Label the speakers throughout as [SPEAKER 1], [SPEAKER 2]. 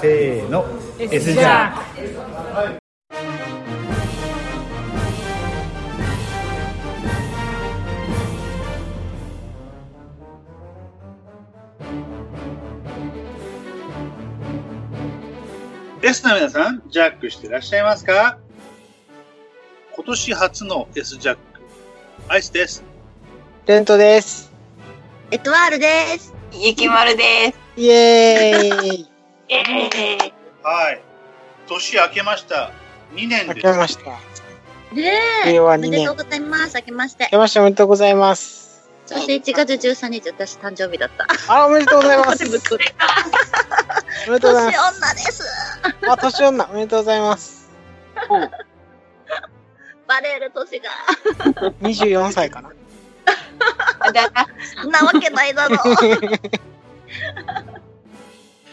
[SPEAKER 1] せーの S ジャック
[SPEAKER 2] レスの皆さん、ジャックしてらっしゃいますか今年初の S ジャック、アイスです。
[SPEAKER 3] レントです。
[SPEAKER 4] エトワールです。
[SPEAKER 5] ゆきまるです。
[SPEAKER 3] イエーイ
[SPEAKER 5] えー、
[SPEAKER 2] はい。年明けました。2年
[SPEAKER 3] 明
[SPEAKER 2] です。
[SPEAKER 3] けました。
[SPEAKER 4] ねえ。
[SPEAKER 3] 令和
[SPEAKER 4] お
[SPEAKER 3] 2
[SPEAKER 4] め
[SPEAKER 3] 年。
[SPEAKER 4] でと
[SPEAKER 3] 明
[SPEAKER 4] うございます。明けまして。
[SPEAKER 3] けましておめでとうございます。
[SPEAKER 4] そして1月13日、私誕生日だった。
[SPEAKER 3] あ、おめでとうございます。
[SPEAKER 4] 全部取れ
[SPEAKER 3] おめでとうござい
[SPEAKER 4] 年
[SPEAKER 3] ま
[SPEAKER 4] 女です。
[SPEAKER 3] す。 あ、年女、おめでとうございます。
[SPEAKER 4] バレる年が。
[SPEAKER 3] 24歳かな。
[SPEAKER 5] だな。
[SPEAKER 4] そんなわけな いだろう。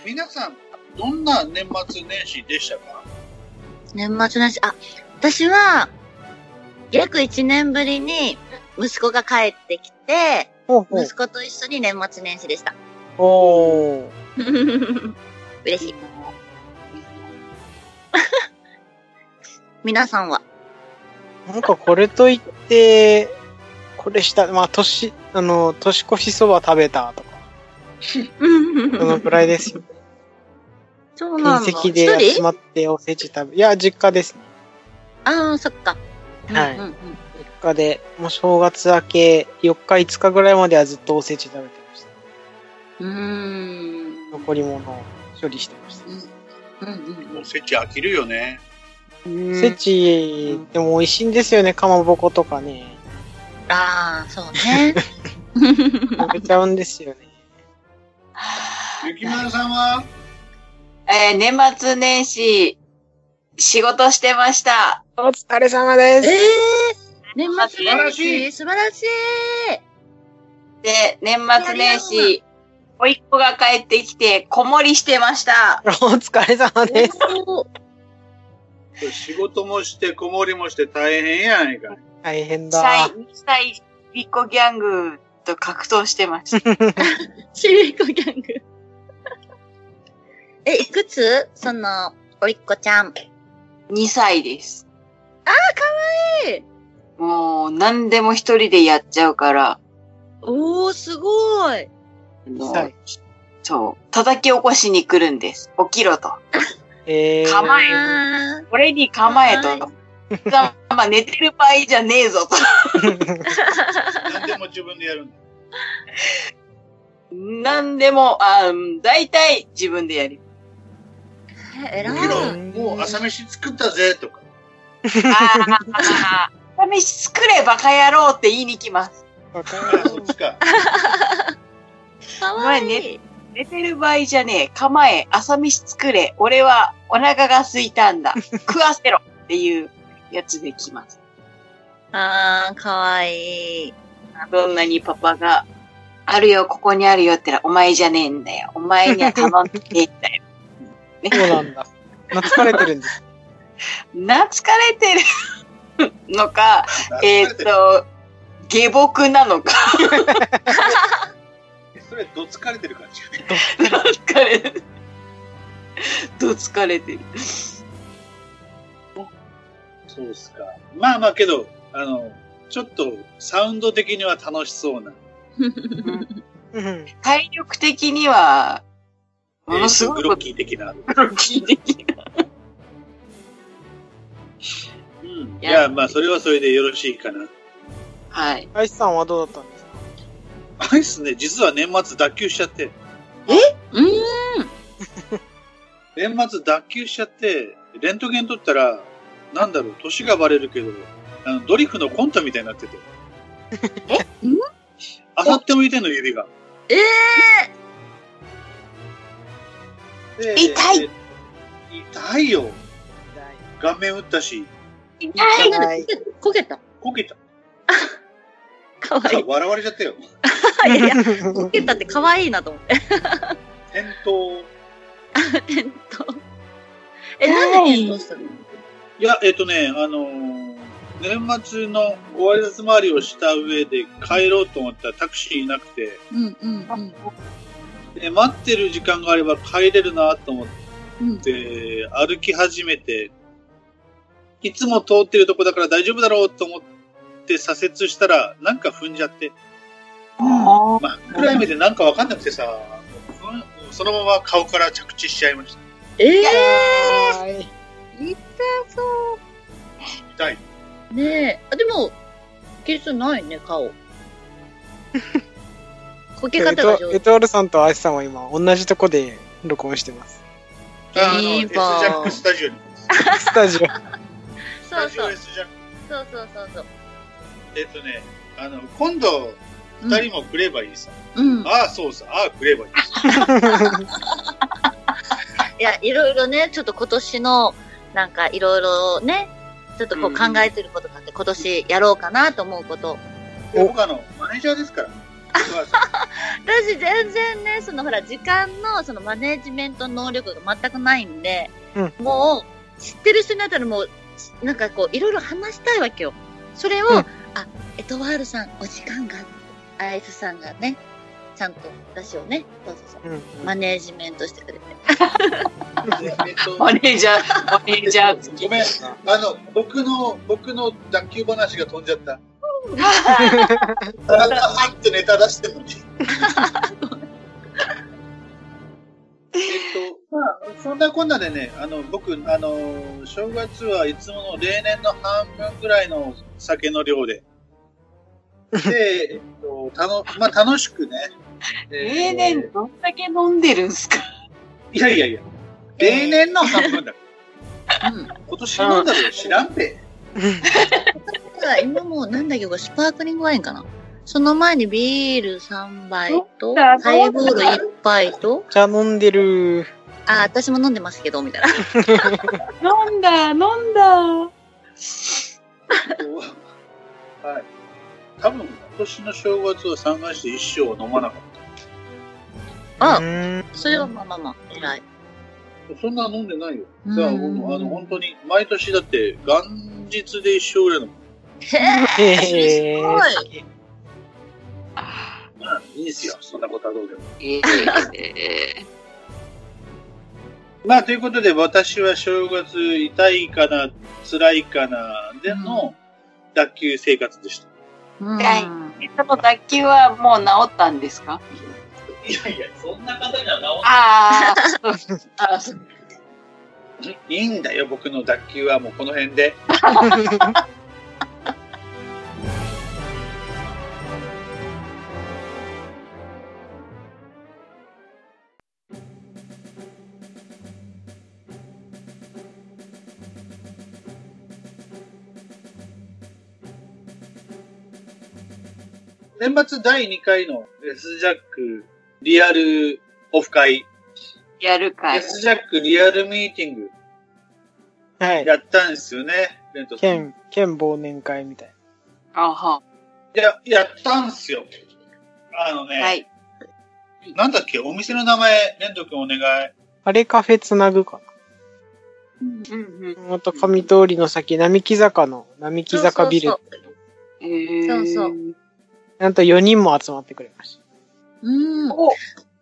[SPEAKER 2] 皆さん、どんな年末年始でしたか
[SPEAKER 4] 年末年始、あ、私は、約1年ぶりに息子が帰ってきて、
[SPEAKER 3] ほうほう
[SPEAKER 4] 息。子と一緒に年末年始 でした。
[SPEAKER 3] おー。
[SPEAKER 4] 嬉しい。 皆さ んは
[SPEAKER 3] なんかこれといって、これした、まあ、年、あの、年越しそば食べたとか、そのくらいですよ。
[SPEAKER 4] そう
[SPEAKER 3] 親
[SPEAKER 4] なの
[SPEAKER 3] 戚
[SPEAKER 4] 一
[SPEAKER 3] で集
[SPEAKER 4] 人
[SPEAKER 3] まっておせち食べ、いや、実家です。
[SPEAKER 4] ああ、そっか。
[SPEAKER 3] はい
[SPEAKER 4] うんうんうん
[SPEAKER 3] 実家で、もう正月明け、4日、5日ぐらいまではずっとおせち食べてました。
[SPEAKER 4] うーん。
[SPEAKER 3] 残り物を処理してました。
[SPEAKER 4] うん
[SPEAKER 2] もう席飽きるよね。
[SPEAKER 4] うんうん
[SPEAKER 3] おせち、でも美味しいんですよね、かまぼことかね。
[SPEAKER 4] ああ、そうね。
[SPEAKER 3] 食べちゃうんですよね。
[SPEAKER 2] ゆきまるさんは
[SPEAKER 5] えー、年末年始、仕事してました。
[SPEAKER 3] お疲れ様で
[SPEAKER 4] え
[SPEAKER 3] す。
[SPEAKER 4] え年末年始、素晴らしい。
[SPEAKER 5] で、年末年始、甥いっ子が帰ってきて、子守りしてました。
[SPEAKER 3] お疲れ様です。
[SPEAKER 4] おー
[SPEAKER 2] 仕事もして、子守りもして大変やないか。
[SPEAKER 3] 大変
[SPEAKER 5] サ
[SPEAKER 3] だ
[SPEAKER 5] イ。、サイ、ビッコギャングと格闘してま した。
[SPEAKER 4] ちびっこギャング。え、いくつその、おいっこちゃん。あ、か
[SPEAKER 5] 2歳です。
[SPEAKER 4] わいい。
[SPEAKER 5] もう、何でも一人でやっちゃうから、
[SPEAKER 4] おー、すごい。
[SPEAKER 5] あの
[SPEAKER 3] はい
[SPEAKER 5] そう、叩き起こしに来るんです。起きろと。
[SPEAKER 3] えー、
[SPEAKER 5] 構 え
[SPEAKER 4] あ
[SPEAKER 5] 俺に構え
[SPEAKER 4] は
[SPEAKER 5] と。ざ まあ寝てる場合じゃねえぞと。
[SPEAKER 2] 何でも自分でやるんだ。
[SPEAKER 5] 何でも、あー大体自分でやりま
[SPEAKER 4] ーえら
[SPEAKER 2] 起
[SPEAKER 4] い
[SPEAKER 2] き。ろ、もう朝飯作ったぜ、と か。
[SPEAKER 5] す。あー試し作れバカ野郎って言いに来ます。
[SPEAKER 3] わか
[SPEAKER 2] あ、そっちか。
[SPEAKER 4] かわいい。
[SPEAKER 5] 前寝てる場合じゃねえ。構え、朝飯作れ。俺はお腹が空いたんだ。食わせろっていうやつで来ます。
[SPEAKER 4] あー、かわいい。
[SPEAKER 5] どんなにパパが、あるよ、ここにあるよって言ったら、お前じゃねえんだよ。お前には頼んでねえんだよ。ね
[SPEAKER 3] そうなんだ。懐かれてるんです。
[SPEAKER 5] 懐かれてるのか、えーっと、下僕なのか、
[SPEAKER 2] それ、どつかれてる感じ。
[SPEAKER 5] 疲れてる。どつかれてる。
[SPEAKER 2] そうですか。まあまあけど、あの、ちょっとサウンド的には楽しそうな。
[SPEAKER 3] うん
[SPEAKER 5] 体力的には、ものすご
[SPEAKER 2] えー
[SPEAKER 5] く
[SPEAKER 2] グロッキー的な。
[SPEAKER 5] 聞いてきた。
[SPEAKER 2] うん。い
[SPEAKER 5] や
[SPEAKER 2] や、まあそれはそれでよろしいかな。
[SPEAKER 5] はい。
[SPEAKER 3] アイスさんはどうだったんですか
[SPEAKER 2] アイスね、実は年末脱臼しちゃって。
[SPEAKER 4] うーん。
[SPEAKER 2] 年末脱臼しちゃって、レントゲン取ったら、なんだろう、年がバレるけど、あのドリフのコントみたいになってて。え
[SPEAKER 4] ん
[SPEAKER 2] あさって向いてんの、指が。
[SPEAKER 4] ええ
[SPEAKER 2] で
[SPEAKER 5] 痛い
[SPEAKER 2] で痛いよ。顔面打ったし、
[SPEAKER 4] ー。え、
[SPEAKER 3] い
[SPEAKER 4] なんでこけた
[SPEAKER 2] こけた。
[SPEAKER 4] かわいい。
[SPEAKER 2] 笑われちゃったよ。
[SPEAKER 4] いやいや、こけたってかわいいなと思って。
[SPEAKER 2] 転倒。
[SPEAKER 4] えっと。え、なんで検討したの
[SPEAKER 2] いや、えっとね、あのー年末のご挨拶回りをした上で帰ろうと思ったらタクシーいなくて、
[SPEAKER 4] うんうんうん。
[SPEAKER 2] で待ってる時間があれば帰れるなと思っ
[SPEAKER 4] うん。
[SPEAKER 2] で、歩き始めて、いつも通ってるとこだから大丈夫だろうと思って左折したら、なんか踏んじゃって、
[SPEAKER 5] あー
[SPEAKER 2] まあ、暗い目でなんかわかんなくてさ、もうもうそのまま顔から着地しちゃいました。
[SPEAKER 4] ええ
[SPEAKER 3] はい
[SPEAKER 4] ー、痛そ
[SPEAKER 2] 痛い。
[SPEAKER 4] う。ねえ。あ、でも、傷ないね、 顔。こけ
[SPEAKER 3] エ
[SPEAKER 4] 方が
[SPEAKER 3] ト
[SPEAKER 4] 上
[SPEAKER 3] エ
[SPEAKER 4] 手。
[SPEAKER 3] トールさんとアイスさんは今、同じとこで録音してます。
[SPEAKER 2] あの、
[SPEAKER 4] いい
[SPEAKER 2] S
[SPEAKER 4] わ
[SPEAKER 2] ジャックスタジオに。
[SPEAKER 3] スタジオ。
[SPEAKER 2] ス
[SPEAKER 4] そ
[SPEAKER 2] タ
[SPEAKER 4] う
[SPEAKER 2] ジオ
[SPEAKER 4] そう。
[SPEAKER 2] S ジャック。
[SPEAKER 4] そうそうそうそう。
[SPEAKER 2] えっとね、あの、今度、
[SPEAKER 4] うん
[SPEAKER 2] 二人も来ればいいさ。
[SPEAKER 4] うん。
[SPEAKER 2] ああ、そうさ。ああ、来ればいいさ。
[SPEAKER 4] いや、いろいろね、ちょっと今年の、なんかいろいろね、ちょっとこう考えてることがあって、今年やろうかなと思うこと。
[SPEAKER 2] で
[SPEAKER 3] お
[SPEAKER 2] 僕あの、マネージャーです から。
[SPEAKER 4] 私全然ね、そのほら、時間のそのマネージメント能力が全くないんで、
[SPEAKER 3] うん
[SPEAKER 4] もう、知ってる人になったらもう、なんかこう、いろいろ話したいわけよ。それを、
[SPEAKER 3] うん
[SPEAKER 4] あ、エトワールさん、お時間が、アイスさんがね、ちゃんと私をね、そうそうそう、
[SPEAKER 3] うん
[SPEAKER 4] マネージメントしてくれて。
[SPEAKER 2] えっと
[SPEAKER 5] マネージャー、マネージャー付き。
[SPEAKER 2] ごめん。あの、僕の、僕の脱臼話が飛んじゃった。体入ってネタ出してるのに。 えっと、まあ、そんなこんなでね、あの、僕、あの、正月はいつもの例年の半分ぐらいの酒の量で。で、えっと、たの、まあ、楽しくね。
[SPEAKER 5] 例年どんだけ飲んでるんすか
[SPEAKER 2] いやいやいや。例年の半分だ。
[SPEAKER 4] うん。
[SPEAKER 2] 今年飲んだの知らんべ。
[SPEAKER 4] 今もうなんだっけこれスパークリングワインかなその前にビール3杯と、
[SPEAKER 5] だ
[SPEAKER 4] ハイボール1杯と、
[SPEAKER 3] じゃあ飲んでる。
[SPEAKER 4] あ、私も飲んでますけど、みたいな。
[SPEAKER 5] 飲んだ、飲ん だ。
[SPEAKER 2] はい。多分今年の正月は三回して一生は飲まなかっ
[SPEAKER 4] あ
[SPEAKER 3] う、ーん
[SPEAKER 4] それはまあまあまあ、偉い。
[SPEAKER 2] た。そんな飲んでないよ。
[SPEAKER 4] うん
[SPEAKER 2] だからもうあの本当に毎年だって元日で一生ぐらいの。
[SPEAKER 4] へえ、
[SPEAKER 3] へえ。
[SPEAKER 4] ごい
[SPEAKER 2] まあいいですよ。そんなことはどうでも。
[SPEAKER 5] え
[SPEAKER 2] まあということで私は正月痛いかな辛いかなでの脱臼生活でした。
[SPEAKER 4] うん
[SPEAKER 5] はいー、その脱臼はもう治ったんですか
[SPEAKER 2] いやいやそんな方には治
[SPEAKER 5] あーそうあー、そう
[SPEAKER 2] いいんだよ僕の脱臼はもうこの辺で。年末第2回の S ジャックリアルオフ会、
[SPEAKER 5] やるかい。
[SPEAKER 2] S ジャックリアルミーティング
[SPEAKER 3] はい。
[SPEAKER 2] やったんですよね、レントさん。
[SPEAKER 3] 県、県忘年会みたい
[SPEAKER 5] あはい
[SPEAKER 2] や、やったんすよ。あのね、
[SPEAKER 5] はい。
[SPEAKER 2] なんだっけ、お店の名前、レント君お願い。
[SPEAKER 3] な。あれカフェつなぐか
[SPEAKER 5] うんうん。
[SPEAKER 3] な。また上通りの先、並木坂の、並木坂ビル
[SPEAKER 4] そう。そう
[SPEAKER 5] えー、
[SPEAKER 4] そうそう
[SPEAKER 3] なんと4人も集まってくれました。
[SPEAKER 4] そううん。
[SPEAKER 5] お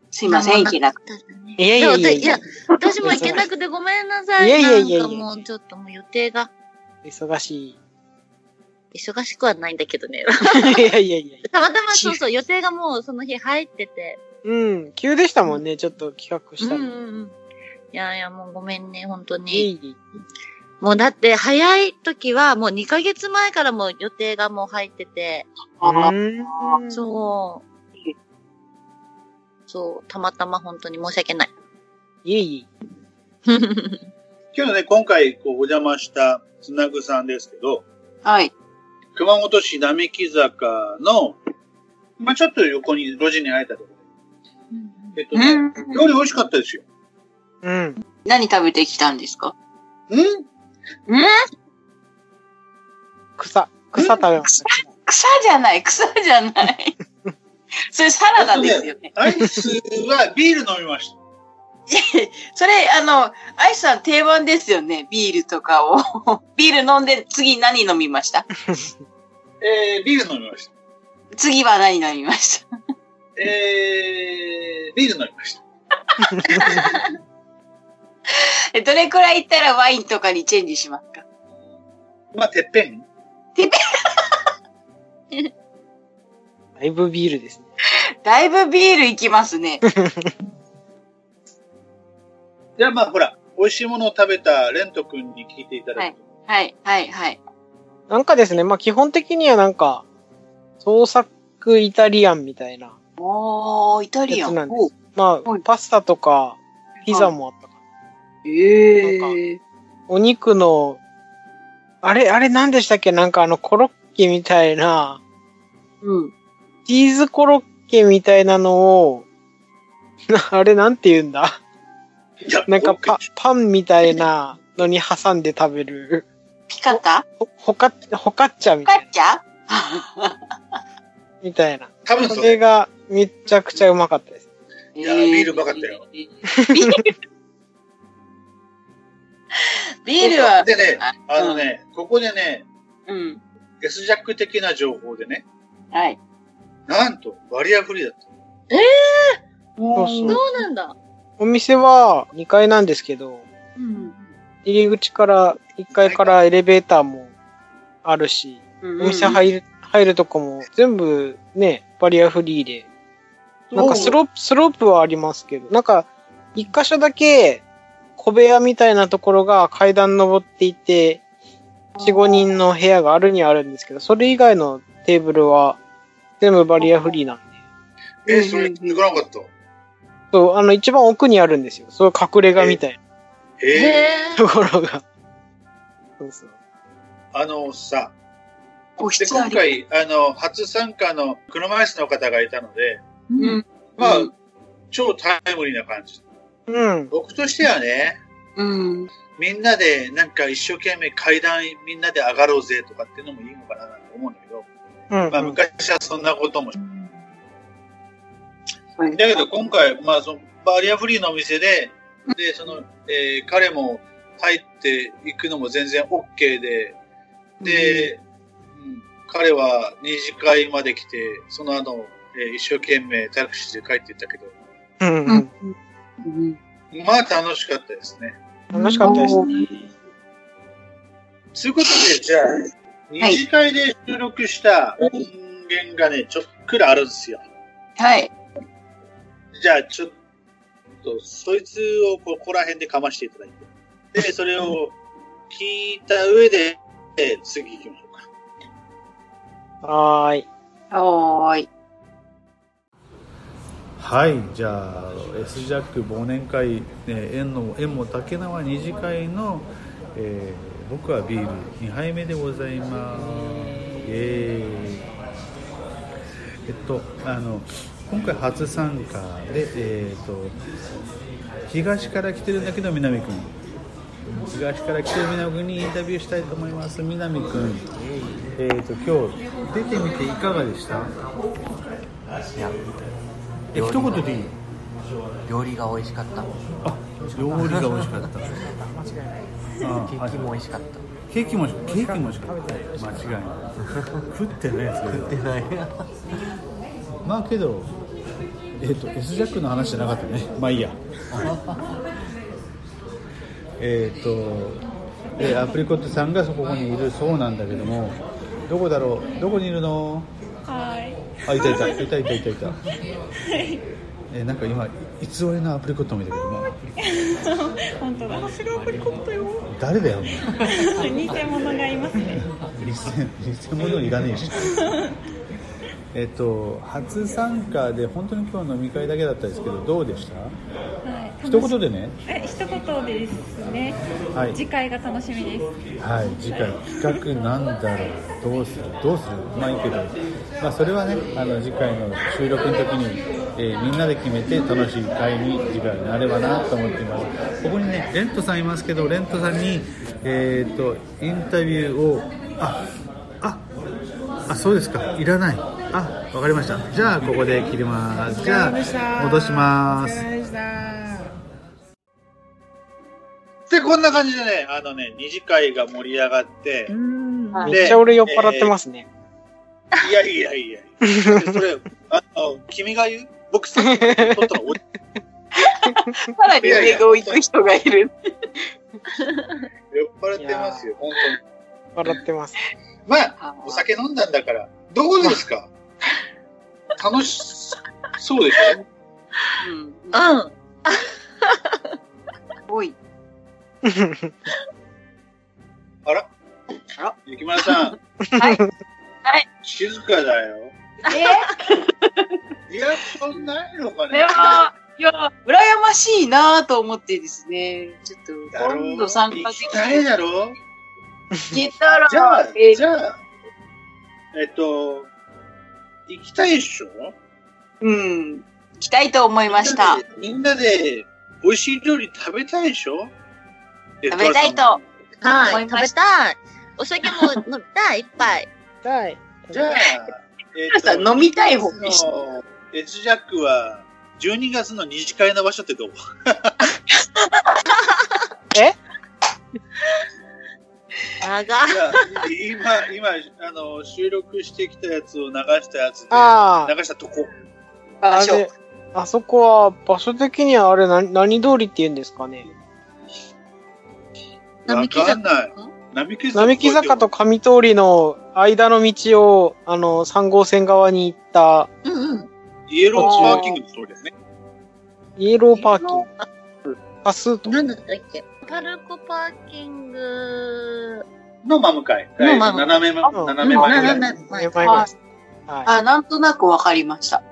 [SPEAKER 5] すいません、行けなくて。
[SPEAKER 3] いやい
[SPEAKER 4] で
[SPEAKER 3] や
[SPEAKER 4] も
[SPEAKER 3] いやい
[SPEAKER 4] いや
[SPEAKER 3] や、、
[SPEAKER 4] 私も行けなくてごめんなさい。
[SPEAKER 3] いやいやいやいや
[SPEAKER 4] なんかもうちょっともう予定が
[SPEAKER 3] 忙し
[SPEAKER 4] 忙しくはないんだけどね。
[SPEAKER 3] い。いやいやいや。
[SPEAKER 4] たまたまそうそう、予定がもうその日入ってて。
[SPEAKER 3] うん、急でしたもんね、ちょっと企画した
[SPEAKER 4] うん
[SPEAKER 3] の。
[SPEAKER 4] うんうん。いやいや、もうごめんね、本当に。
[SPEAKER 3] いえいえい
[SPEAKER 4] もうだって早い時はもう2ヶ月前からもう予定がもう入ってて、
[SPEAKER 3] え。
[SPEAKER 5] あ
[SPEAKER 3] うーん
[SPEAKER 4] そう。そう、たまたま本当に申し訳ない。
[SPEAKER 3] いえい
[SPEAKER 2] 今日のね、今回こうお邪魔したつなぐさんですけど、
[SPEAKER 5] はい。
[SPEAKER 2] 熊本市並木坂の、まあちょっと横に路地に会えたところ。えっとね、
[SPEAKER 5] ん
[SPEAKER 2] 料理美味しかったですよ。
[SPEAKER 3] え。うん。
[SPEAKER 5] 何食べてきたんですか
[SPEAKER 2] ん
[SPEAKER 3] 草、草食べました。
[SPEAKER 5] 草じゃない、 草じゃ ない。それサラダですよね。
[SPEAKER 2] アイスはビール飲みました。
[SPEAKER 5] それ、あの、アイスさん定番ですよね、ビールとかを。 ビール飲んで、次何飲みました
[SPEAKER 2] えー、ビール飲みました。
[SPEAKER 5] 次は何飲みました
[SPEAKER 2] えー、ビール飲みました。
[SPEAKER 5] えどれくらいいったらワインとかにチェンジしますか
[SPEAKER 6] まあ、てっぺん
[SPEAKER 3] だいぶビールですね。
[SPEAKER 5] だいぶビールいきます ね。
[SPEAKER 6] じゃあまあ、ほら、美味しいものを食べたレント君に聞いていただく。
[SPEAKER 5] はい、はい、はい。
[SPEAKER 3] なんかですね、まあ基本的にはなんか、創作イタリアンみたいな。
[SPEAKER 5] おー、イタリア
[SPEAKER 3] やつなん
[SPEAKER 5] ン。
[SPEAKER 3] で
[SPEAKER 5] お
[SPEAKER 3] ま
[SPEAKER 5] は
[SPEAKER 3] あ
[SPEAKER 5] い、
[SPEAKER 3] パスタとか、ピザもあったかな
[SPEAKER 5] ええ
[SPEAKER 3] お肉の、あれ、あれ何でしたっけなんかあのコロッケみたいな、
[SPEAKER 5] うん。
[SPEAKER 3] チーズコロッケみたいなのを、 なあれなんて言うんだ
[SPEAKER 6] いや
[SPEAKER 3] なんか
[SPEAKER 6] 僕
[SPEAKER 3] パパンみたいなのに挟んで食べる、
[SPEAKER 5] ピカタ
[SPEAKER 3] ほほか、ほかっちゃみ
[SPEAKER 5] ピカ
[SPEAKER 3] たい
[SPEAKER 5] ッ
[SPEAKER 3] な。
[SPEAKER 5] チャ
[SPEAKER 3] みたいな。
[SPEAKER 6] 多分
[SPEAKER 3] そ
[SPEAKER 6] そ
[SPEAKER 3] れ
[SPEAKER 6] れ。
[SPEAKER 3] がめちゃくちゃうまかったです。
[SPEAKER 5] い
[SPEAKER 6] やービールうまかったよ。
[SPEAKER 5] ビールビールは、
[SPEAKER 6] でね、
[SPEAKER 5] あ
[SPEAKER 6] あのね、ここでね、
[SPEAKER 5] うん。
[SPEAKER 6] S ジャック的な情報でね、
[SPEAKER 5] はい。
[SPEAKER 6] なんと、バリアフリーだった。
[SPEAKER 3] そうそう
[SPEAKER 4] そうなんだ。
[SPEAKER 3] お店は2階なんですけど、
[SPEAKER 5] うん。
[SPEAKER 3] 入り口から1階からエレベーターもあるし、
[SPEAKER 5] うん
[SPEAKER 3] お店入る、入るとこも全部ね、バリアフリーで。なんかスロープ、スロープはありますけど、なんか一箇所だけ小部屋みたいなところが階段登っていて、4、5人の部屋があるにはあるんですけど、それ以外のテーブルは全部バリアフリーなんで。
[SPEAKER 6] えー、それ、抜かなかった。
[SPEAKER 3] そう、あの一番奥にあるんですよ。そういう隠れ家みたい
[SPEAKER 4] へ
[SPEAKER 6] え
[SPEAKER 4] え。
[SPEAKER 3] なところが。そうそう。
[SPEAKER 6] ー、あのさ、
[SPEAKER 5] 個
[SPEAKER 6] で、
[SPEAKER 5] 室あ
[SPEAKER 6] 今
[SPEAKER 5] り
[SPEAKER 6] 回、あの、初参加の車椅子の方がいたので、
[SPEAKER 5] うん。
[SPEAKER 6] まあ、
[SPEAKER 5] うん
[SPEAKER 6] 超タイムリーな感じ。
[SPEAKER 3] うん。
[SPEAKER 6] 僕としてはね、
[SPEAKER 5] うん。
[SPEAKER 6] みんなで、なんか一生懸命階段みんなで上がろうぜとかっていうのもいいのかななんて思うんだけど、
[SPEAKER 3] うん。
[SPEAKER 6] まあ昔はそんなことも。だけど今回、まあそのバリアフリーのお店で、で、その、えー彼も入っていくのも全然 OK で、で、うん彼は二次会まで来て、その後、えー一生懸命タクシーで帰っていったけど、
[SPEAKER 3] うん
[SPEAKER 5] う
[SPEAKER 3] うんん。
[SPEAKER 5] うん
[SPEAKER 6] まあ楽しかったですね。
[SPEAKER 3] 楽しかったです。
[SPEAKER 6] ということで、じゃあ、二次会で収録した音源がね、ちょっくらあるんですよ。
[SPEAKER 5] はい。
[SPEAKER 6] じゃあ、ちょっと、そいつをここら辺でかましていただいて。で、それを聞いた上で、え次行きましょうか。
[SPEAKER 3] はーい。
[SPEAKER 5] おーい。
[SPEAKER 2] はいじゃあ S ジャック忘年会、えー、縁の縁も竹縄二次会の、えー僕はビール2杯目でございますイエーイえっとあの今回初参加でえーっと東から来てるんだけど南君東から来てる南君にインタビューしたいと思います南君えーっと今日出てみていかがでした
[SPEAKER 7] いや
[SPEAKER 2] え一言でいいよ
[SPEAKER 7] 料理が美味しかった
[SPEAKER 2] あ料理が美味しかった。間違い
[SPEAKER 7] ケ
[SPEAKER 2] な
[SPEAKER 7] ー
[SPEAKER 2] い。
[SPEAKER 7] キも美味しかった
[SPEAKER 2] ケーキも美味しかった。ケーキも美味しかった。間違いない。食ってね、それは。
[SPEAKER 7] 出ない
[SPEAKER 2] まあけど、えっ、と S ジャックの話じゃなかったね。まあいいや。えっと、えーアプリコットさんがそこにいるそうなんだけども、どこだろう。どこにいるの？はい。あいたいたいたいたいたいた。えーなんか今偽りのアプリコットもいたけども、
[SPEAKER 8] 本当だ。私がアプリコットよ。
[SPEAKER 2] 誰だよ。お前
[SPEAKER 8] 偽物がいますね。
[SPEAKER 2] 偽偽物いらねえしえっと初参加で本当に今日飲み会だけだったんですけどどうでした
[SPEAKER 8] はい。
[SPEAKER 2] 一言
[SPEAKER 8] で。
[SPEAKER 2] でね
[SPEAKER 8] え、一言でですね。
[SPEAKER 2] はい
[SPEAKER 8] 次回が楽しみです。
[SPEAKER 2] はい次回企画なんだろうどうするどうするまあいいけど、まあ、それはねあの次回の収録の時に、えーみんなで決めて楽しい会に次回なればなと思っていますここにねレントさんいますけどレントさんにえっとインタビューをあああそうですかいらないあわかりましたじゃあここで切りますじゃあ戻します
[SPEAKER 6] で、こんな感じでね、あのね、二次会が盛り上がって、
[SPEAKER 5] はい
[SPEAKER 3] めっちゃ俺酔っ払ってますね。
[SPEAKER 6] いやいやいやいや、それ、あの、君が言う僕さ、撮ったの俺。
[SPEAKER 5] さらに上を行く人がいる。
[SPEAKER 6] 酔っ払ってますよ、本当に。
[SPEAKER 3] 笑ってます。
[SPEAKER 6] まあ、お酒飲んだんだから、どうですか楽しそうでしょ
[SPEAKER 5] うん。
[SPEAKER 4] うん。
[SPEAKER 5] 多い。
[SPEAKER 6] あら
[SPEAKER 5] あら
[SPEAKER 6] 雪村さん。
[SPEAKER 5] はい。はい。
[SPEAKER 6] 静かだよ。
[SPEAKER 5] え
[SPEAKER 6] リアクションないのか
[SPEAKER 5] これ
[SPEAKER 6] ね
[SPEAKER 5] は、いや、羨ましいなぁと思ってですね。ちょっと、
[SPEAKER 6] だろう。
[SPEAKER 5] 今度参加で
[SPEAKER 6] 行
[SPEAKER 5] き
[SPEAKER 6] きたいだろ
[SPEAKER 5] 聞けたら、
[SPEAKER 6] じゃあ、
[SPEAKER 5] えー
[SPEAKER 6] じゃあ、えっと、行きたいでしょ
[SPEAKER 5] うん。行きたいと思いました。
[SPEAKER 6] みんなで、美味しい料理食べたいでしょ
[SPEAKER 5] 食べたい。と。
[SPEAKER 4] は
[SPEAKER 5] 思
[SPEAKER 4] い。
[SPEAKER 5] い
[SPEAKER 4] 食
[SPEAKER 5] ま
[SPEAKER 4] べ
[SPEAKER 5] した
[SPEAKER 4] い。お酒も飲みたい、いっぱい。
[SPEAKER 3] 痛い。
[SPEAKER 6] じゃあ、え
[SPEAKER 5] さん飲みたい方
[SPEAKER 6] にしエスジャックは、12月の二次会の場所って どう
[SPEAKER 4] 長い。
[SPEAKER 6] いや今、今、あの、収録してきたやつを流したやつで、
[SPEAKER 3] あ
[SPEAKER 6] 流したとこ。
[SPEAKER 3] あ、
[SPEAKER 5] 場
[SPEAKER 3] あ
[SPEAKER 5] 所
[SPEAKER 3] れ、あそこは場所的にはあれ何何通りって言うんですかね。
[SPEAKER 4] 並木坂
[SPEAKER 6] わかんない。並木坂。
[SPEAKER 3] 並木坂と上通りの間の道を、あの、3号線側に行った
[SPEAKER 4] うんうん。
[SPEAKER 6] イエローパーキングの通りですね。
[SPEAKER 3] イエローパーキング。パスと。
[SPEAKER 4] なんだったっけパルコパーキング
[SPEAKER 6] の真向かい。
[SPEAKER 4] の真向かい
[SPEAKER 6] 斜めま、
[SPEAKER 3] うん
[SPEAKER 6] 斜め前ぐらい。
[SPEAKER 4] 斜め前
[SPEAKER 3] 前ぐらいですはい。
[SPEAKER 5] あ、なんとなくわかりました。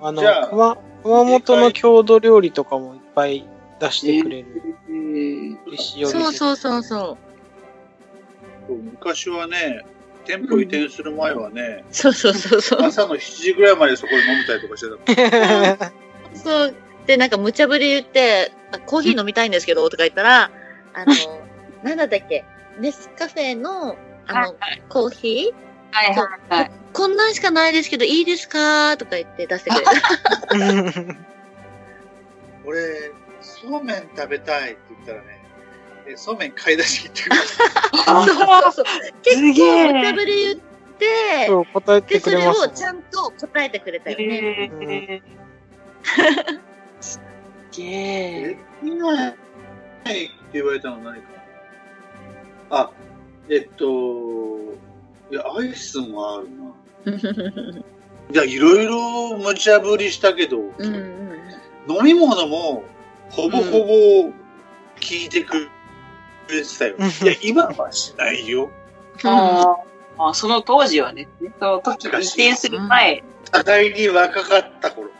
[SPEAKER 3] あの
[SPEAKER 6] じゃあ
[SPEAKER 3] 熊、熊本の郷土料理とかもいっぱい出してくれる。美味しいお店
[SPEAKER 4] そうそうそうそう。
[SPEAKER 6] 昔はね、店舗移転する前はね、
[SPEAKER 4] そうそうそうそう。
[SPEAKER 6] 朝の7時ぐらいまでそこで飲みたりとかしてた。
[SPEAKER 4] そう。で、なんか無茶ぶり言って、あコーヒー飲みたいんですけど、とか言ったら、あの、なんだったっけネスカフェの、あの、コーヒー
[SPEAKER 5] はいはいはい。
[SPEAKER 4] こんなんしかないですけど、いいですかとか言って出してくれる。
[SPEAKER 6] 俺、そうめん食べたいって言ったらね、えそうめん買い出し行ってくる。
[SPEAKER 4] そうそうそう。 結
[SPEAKER 5] すげえ
[SPEAKER 4] 構無茶ぶり言って、
[SPEAKER 3] そう答え
[SPEAKER 4] で、
[SPEAKER 3] て
[SPEAKER 4] そ
[SPEAKER 3] くれ
[SPEAKER 4] れ
[SPEAKER 3] ま
[SPEAKER 4] を
[SPEAKER 3] す
[SPEAKER 4] ちゃんと答えてくれたよね。
[SPEAKER 5] え
[SPEAKER 3] うん
[SPEAKER 5] ーすっげえ。
[SPEAKER 6] え、今、はいって言われたの何かあ、えっと、いや、アイスもあるな。いや、いろいろ無茶ぶりしたけど、
[SPEAKER 4] うんうん。
[SPEAKER 6] 飲み物もほぼほぼ聞いてくれてたよ。
[SPEAKER 3] うん
[SPEAKER 6] いや、今はしない よ。
[SPEAKER 5] あーあー、その当時はね、その時移転する 前、
[SPEAKER 6] 互いに若かった頃。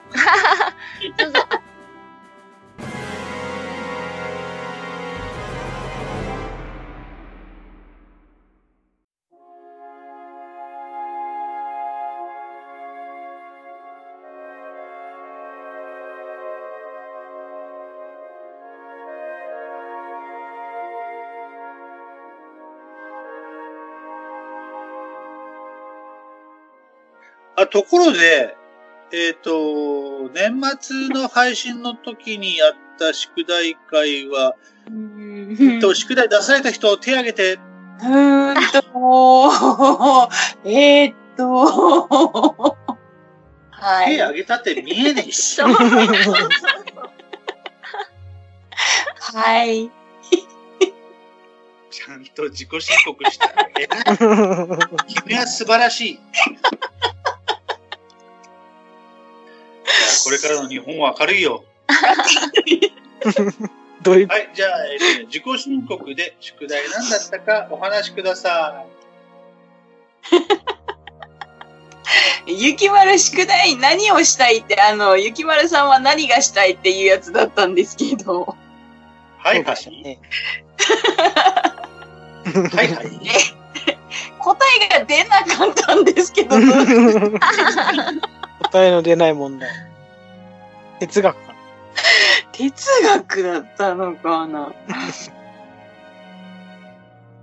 [SPEAKER 6] あ、ところで、えっ、と、年末の配信の時にやった宿題会は、えっと、宿題出された人手挙げて、
[SPEAKER 5] うーんと、えーっと、は
[SPEAKER 6] 手
[SPEAKER 5] い、
[SPEAKER 6] 挙げたって見えねえし。
[SPEAKER 5] はい、
[SPEAKER 6] ちゃんと自己申告した。偉い君は素晴らしい。いやこれからの日本は明るいよ。
[SPEAKER 3] どういう
[SPEAKER 6] はい、じゃあ、えっとね自己申告で宿題何だったかお話しくださ
[SPEAKER 5] ゆきまる宿題何をしたいって、あの、ゆきまるさんは何がしたいっていうやつだったんですけど、
[SPEAKER 6] い。はい、
[SPEAKER 3] か
[SPEAKER 6] は
[SPEAKER 3] しら
[SPEAKER 6] い。
[SPEAKER 3] ね。
[SPEAKER 6] はい、はい。
[SPEAKER 5] 答えが出なかったんですけど、
[SPEAKER 3] 答えの出ない問題。哲学か
[SPEAKER 5] 哲学だったのかな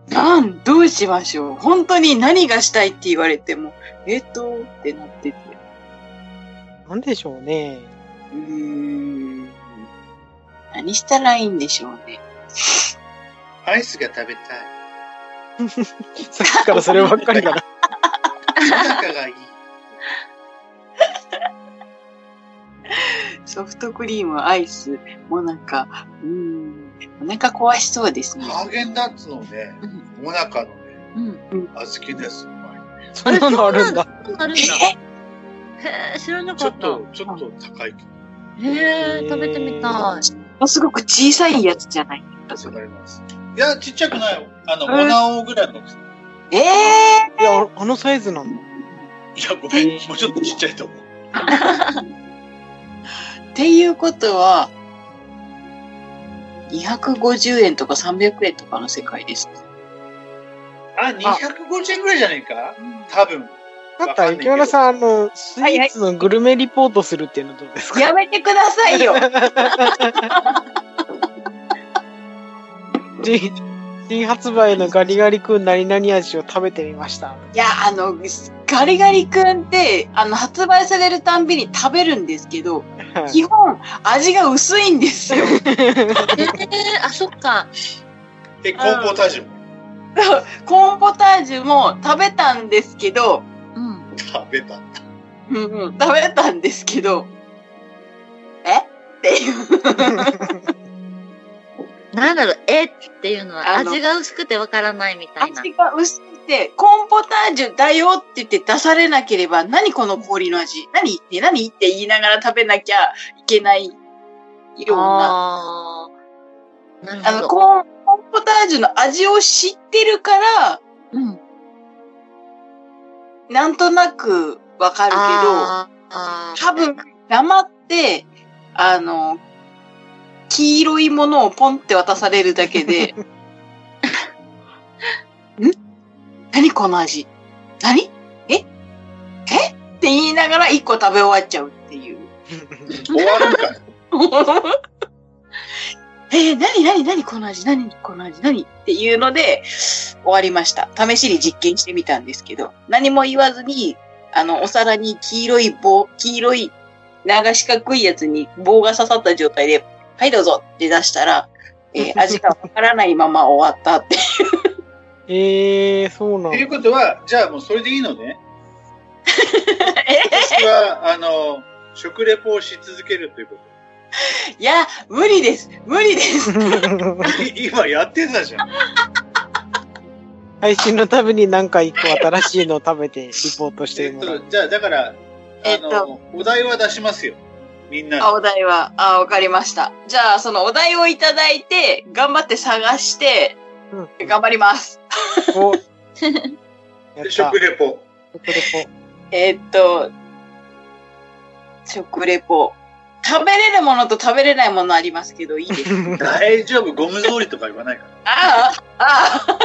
[SPEAKER 5] なん、どうしましょう。本当に何がしたいって言われても、えっと、ってなってて。
[SPEAKER 3] な。なんでしょうね。
[SPEAKER 5] うーん。何したらいいんでしょうね。
[SPEAKER 6] アイスが食べたい。
[SPEAKER 3] さっきからそればっかりだな。
[SPEAKER 6] お腹がいい。
[SPEAKER 5] ソフトクリーム、アイス、もうなんか、うーん、お腹壊しそうですね。
[SPEAKER 6] ハーゲンダッツのね、モナカのね、
[SPEAKER 4] うん。
[SPEAKER 6] 小豆です。うまい
[SPEAKER 3] そんなのあるんだ。
[SPEAKER 4] そんなのあるんだ。へえ、知らな
[SPEAKER 6] ち
[SPEAKER 4] か
[SPEAKER 6] ょ
[SPEAKER 4] っ。
[SPEAKER 6] ったと、ちょっと高いけど、
[SPEAKER 4] へえ、食べてみたい。
[SPEAKER 5] ものすごく小さいやつじゃない
[SPEAKER 6] 下がります。いや、ちっちゃくないよ。あの、モナオぐらいの大きさ。
[SPEAKER 5] え
[SPEAKER 3] いや、ああのサイズなんだ。
[SPEAKER 6] いや、ごめん、もうちょっとちっちゃいと思う。
[SPEAKER 5] ー、っていうことは、250円とか300円とかの世界です。
[SPEAKER 6] あ、250円ぐらいじゃないか多分。
[SPEAKER 3] だったら、池村さん、あの、スイ
[SPEAKER 5] はいは
[SPEAKER 3] ー
[SPEAKER 5] い
[SPEAKER 3] ツのグルメリポートするっていうのどうですか
[SPEAKER 5] やめてくだ さいよ
[SPEAKER 3] 新新発売のガリガリ君何々味を食べてみました。
[SPEAKER 5] いや、あの、ガリガリ君って、あの、発売されるたんびに食べるんですけど、基本、味が薄いんです よ。
[SPEAKER 4] へえ、あ、そっか。
[SPEAKER 6] え、コーンポータージュ。
[SPEAKER 5] コーンポタージュも食べたんですけど、
[SPEAKER 4] うん。
[SPEAKER 6] 食べた。
[SPEAKER 5] うんうん、食べたんですけど、えっていう。
[SPEAKER 4] なんだろう、えっていうのは
[SPEAKER 5] あの
[SPEAKER 4] 味が薄くてわからないみたいな。
[SPEAKER 5] 味が薄くて、コーンポタージュだよって言って出されなければ、何この氷の味何って何って言いながら食べなきゃいけないような。
[SPEAKER 4] ああ。なる
[SPEAKER 5] あ
[SPEAKER 4] ほ
[SPEAKER 5] の、
[SPEAKER 4] ど。
[SPEAKER 5] コーン、コーンポタージュの味を知ってるから、
[SPEAKER 4] うん。
[SPEAKER 5] なんとなくわかるけど、
[SPEAKER 4] あーあー。
[SPEAKER 5] 多分、生って、あの、黄色いものをポンって渡されるだけで、ん何この味何ええって言いながら一個食べ終わっちゃうっていう。
[SPEAKER 6] 終わるん かい。
[SPEAKER 5] えー、何何何この味何この味何っていうので、終わりました。試しに実験してみたんですけど、何も言わずに、あの、お皿に黄色い棒、黄色い、長四角いやつに棒が刺さった状態で、はいどうぞって出したら、え ー味がわからないまま終わったって。
[SPEAKER 3] ええー、そうな
[SPEAKER 6] っ
[SPEAKER 3] ん
[SPEAKER 6] ていう
[SPEAKER 3] だ。
[SPEAKER 6] ことは、じゃあもうそれでいいの ね。私は、あの、食レポをし続けるというこ
[SPEAKER 5] いや、無理です無理です
[SPEAKER 6] と。い今やってたじゃん。
[SPEAKER 3] 配信のために何か一個新しいのを食べてリポートして
[SPEAKER 6] えっ
[SPEAKER 3] もらう
[SPEAKER 6] と、。じゃあ、だから、あの、
[SPEAKER 5] えっと
[SPEAKER 6] お題は出しますよ。みんな に。
[SPEAKER 5] あ、お題は。あ、わかりました。じゃあ、そのお題をいただいて、頑張って探して、
[SPEAKER 3] うん
[SPEAKER 5] 頑張ります。
[SPEAKER 3] おやっ
[SPEAKER 6] で
[SPEAKER 3] た。食
[SPEAKER 6] 食レポ。
[SPEAKER 3] レ
[SPEAKER 5] えーっと、食レポ。食べれるものと食べれないものありますけど、いいです
[SPEAKER 3] ポ。
[SPEAKER 6] 大丈夫、ゴム通りとか言わないから。
[SPEAKER 5] ああ、ああ、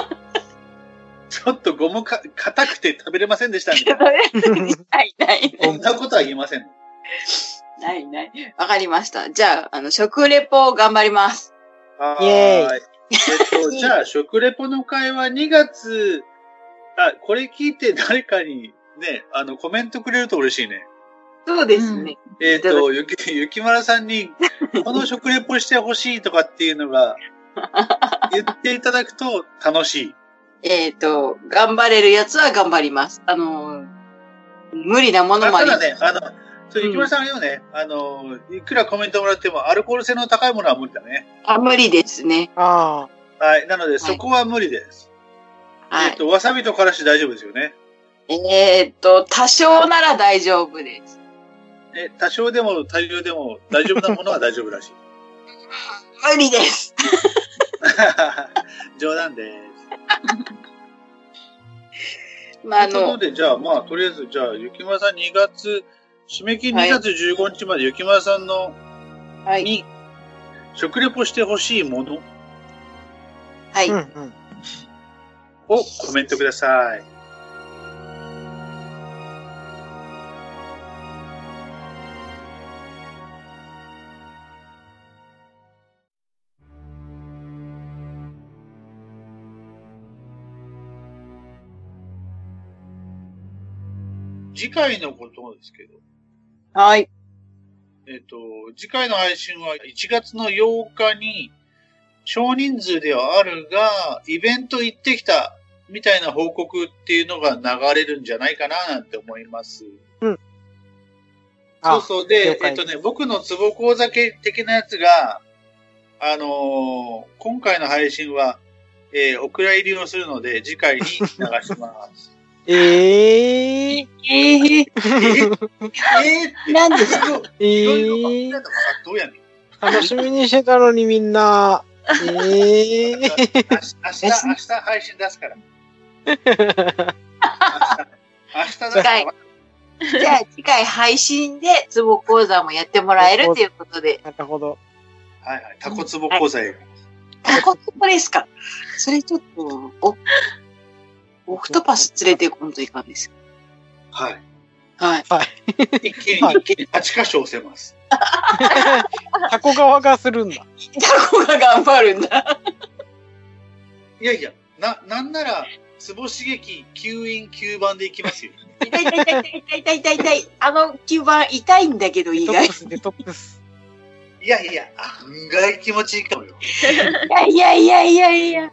[SPEAKER 6] ちょっとゴムか、硬くて食べれませんでしたみたいな。
[SPEAKER 5] ないない
[SPEAKER 6] そんなことは言いません。
[SPEAKER 5] ないない。わかりました。じゃあ、あの、食レポを頑張ります。
[SPEAKER 6] は
[SPEAKER 3] イエ
[SPEAKER 6] ーい。えっと、じゃあ、食レポの会は2月、あ、これ聞いて誰かにね、あの、コメントくれると嬉しいね。
[SPEAKER 5] そうです
[SPEAKER 4] ね。
[SPEAKER 6] えっ、と、ゆき、ゆきまらさんに、この食レポしてほしいとかっていう のが、言っていただくと楽しい。
[SPEAKER 5] えーっと、頑張れるやつは頑張ります。あのー、無理なもの
[SPEAKER 6] あ
[SPEAKER 5] もあ
[SPEAKER 6] た
[SPEAKER 5] りま
[SPEAKER 6] だ
[SPEAKER 5] す。
[SPEAKER 6] ね、あの、そう、ゆきまらさんはね、あの、いくらコメントもらっても、アルコール性の高いものは無理だね。
[SPEAKER 5] あ、無理ですね。
[SPEAKER 3] あ
[SPEAKER 6] はい。なので、そこは無理です。
[SPEAKER 5] は
[SPEAKER 6] えっ
[SPEAKER 5] い。
[SPEAKER 6] と、わさびとからし大丈夫ですよね。
[SPEAKER 5] えーっと、多少なら大丈夫です。
[SPEAKER 6] え、多少でも大量でも大丈夫なものは大丈夫ら しい。
[SPEAKER 5] 無理です。
[SPEAKER 6] 冗談です。
[SPEAKER 5] まあ、あ
[SPEAKER 6] というこ
[SPEAKER 5] の
[SPEAKER 6] と、で、じゃあ、まあ、とりあえず、じゃあ、雪村さん2月、締め切り
[SPEAKER 5] は
[SPEAKER 6] 2
[SPEAKER 5] い
[SPEAKER 6] 月15日まで雪村さんの、
[SPEAKER 5] はい。
[SPEAKER 6] に、食レポしてほしいもの
[SPEAKER 5] は
[SPEAKER 3] あ。
[SPEAKER 5] い。
[SPEAKER 3] うん
[SPEAKER 5] は
[SPEAKER 3] うん。
[SPEAKER 6] をコメントください。次回のことですけど、
[SPEAKER 5] い。
[SPEAKER 6] えっ、と、次回の配信は1月の8日に、少人数ではあるが、イベント行ってきたみたいな報告っていうのが流れるんじゃないかななんて思います。
[SPEAKER 3] うん
[SPEAKER 6] そうそう。
[SPEAKER 3] 了、
[SPEAKER 6] で
[SPEAKER 3] 解
[SPEAKER 6] えっとね、僕のツボ講座系的なやつが、あのー今回の配信は、えーお蔵入りをするので、次回に流し ます。
[SPEAKER 3] ええ
[SPEAKER 5] ええ
[SPEAKER 6] えーって、
[SPEAKER 5] なんです
[SPEAKER 6] どう
[SPEAKER 3] え
[SPEAKER 6] い
[SPEAKER 3] え
[SPEAKER 6] うのかどうやねん。
[SPEAKER 3] 楽しみにしてたのにみんな。ええ
[SPEAKER 6] 明日、明日明日配信出す から。明日だから
[SPEAKER 5] 次回。 じゃあ次回配信でツボ講座もやってもらえるということで。
[SPEAKER 3] なるほど。
[SPEAKER 6] はいはい。タコツボ講座へ。
[SPEAKER 5] タコツボですかそれちょっと、お、オクトパス連れてこんといかんです。
[SPEAKER 6] はい。
[SPEAKER 5] はい。
[SPEAKER 6] 一気に、一気に8箇所押せます。
[SPEAKER 3] タコ側がするんだ。
[SPEAKER 5] タコが頑張るんだ。
[SPEAKER 6] いやいや、な、なんなら、ツボ刺激吸引吸盤でいきますよ。
[SPEAKER 5] 痛い痛い痛い痛い痛い痛い痛い。あの吸盤痛 いんだけど
[SPEAKER 3] デ
[SPEAKER 5] 意
[SPEAKER 3] トッ
[SPEAKER 5] 外
[SPEAKER 3] ク。ス、デトックス。
[SPEAKER 6] いやいや、案外気持ちいいかもよ。
[SPEAKER 5] いやいやいやいやいや。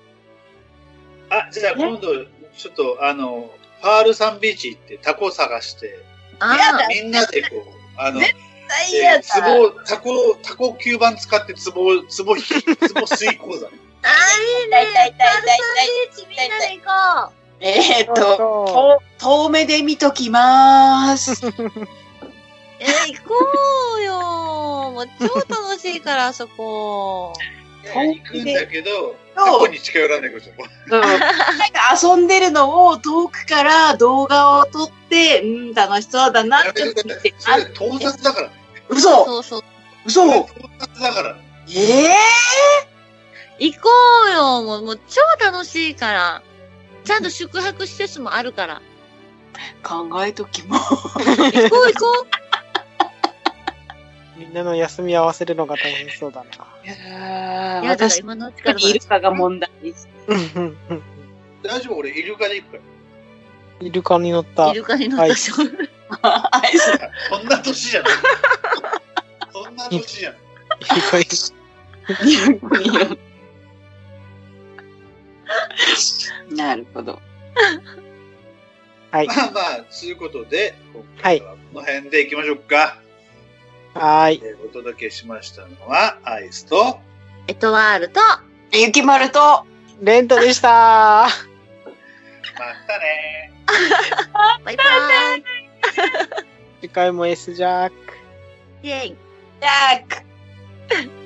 [SPEAKER 6] あ、じゃあ今度、ちょっと、あの、パールサンビーチ行ってタコ探して、
[SPEAKER 4] あ
[SPEAKER 5] やだ
[SPEAKER 4] ー
[SPEAKER 6] みんなでこう、あの、
[SPEAKER 5] 大
[SPEAKER 6] えーツボ、タコ、タコ吸盤使ってツボ、ツボ引き、ツボ吸 い講座。
[SPEAKER 4] あー、いい
[SPEAKER 5] 痛い
[SPEAKER 4] ね
[SPEAKER 5] 痛い痛い
[SPEAKER 4] ビーチみんなで行こう
[SPEAKER 5] 痛い。えーっと、
[SPEAKER 3] と、
[SPEAKER 5] と遠目で見ときまー す。
[SPEAKER 4] えー、行こうよもう超楽しいから、あそこ。
[SPEAKER 6] 行くんだけど、タ
[SPEAKER 5] そう
[SPEAKER 6] コに近寄らないこと。
[SPEAKER 5] うん、なんか遊んでるのを遠くから動画を撮って、うん、楽しそうだな
[SPEAKER 6] や
[SPEAKER 5] って
[SPEAKER 6] めて
[SPEAKER 5] 見
[SPEAKER 6] くださ
[SPEAKER 5] て
[SPEAKER 6] い。 そ
[SPEAKER 5] あ
[SPEAKER 6] れ、盗撮だから。
[SPEAKER 5] 嘘
[SPEAKER 4] そうそう。
[SPEAKER 6] そ
[SPEAKER 5] 嘘
[SPEAKER 6] れ盗撮だから。
[SPEAKER 5] ええ
[SPEAKER 4] 行こうよもう、もう超楽しいから。ちゃんと宿泊施設もあ るから。
[SPEAKER 5] 考えときま
[SPEAKER 4] 行こう行こ
[SPEAKER 3] みんなの休み合わせるのが大変そうだな。
[SPEAKER 5] いや
[SPEAKER 4] う。
[SPEAKER 5] ー
[SPEAKER 4] やだ、
[SPEAKER 5] 私
[SPEAKER 4] 今のうちから
[SPEAKER 5] にいるかが問題 です。
[SPEAKER 3] うんうんうん
[SPEAKER 6] 大丈夫俺、イルカで行くか
[SPEAKER 3] イルカに乗った
[SPEAKER 4] イ。ルカに乗ったし、
[SPEAKER 5] あれそう
[SPEAKER 6] ら。そんな 年じゃない。そんな年じゃない。
[SPEAKER 3] イルカに
[SPEAKER 5] なるほど。
[SPEAKER 3] はい。
[SPEAKER 6] まあまあ、ということで、今
[SPEAKER 3] は
[SPEAKER 6] 回
[SPEAKER 3] い。
[SPEAKER 6] はこの辺で行きましょうか。
[SPEAKER 3] はーい。
[SPEAKER 6] えーお届けしましたのは、アイスと、
[SPEAKER 4] エトワールと、
[SPEAKER 5] ゆきまると、
[SPEAKER 3] レントでしたー。
[SPEAKER 6] またねー。
[SPEAKER 4] バイバーイ
[SPEAKER 3] 次回も S ジャック。
[SPEAKER 4] イェイ
[SPEAKER 5] ジャック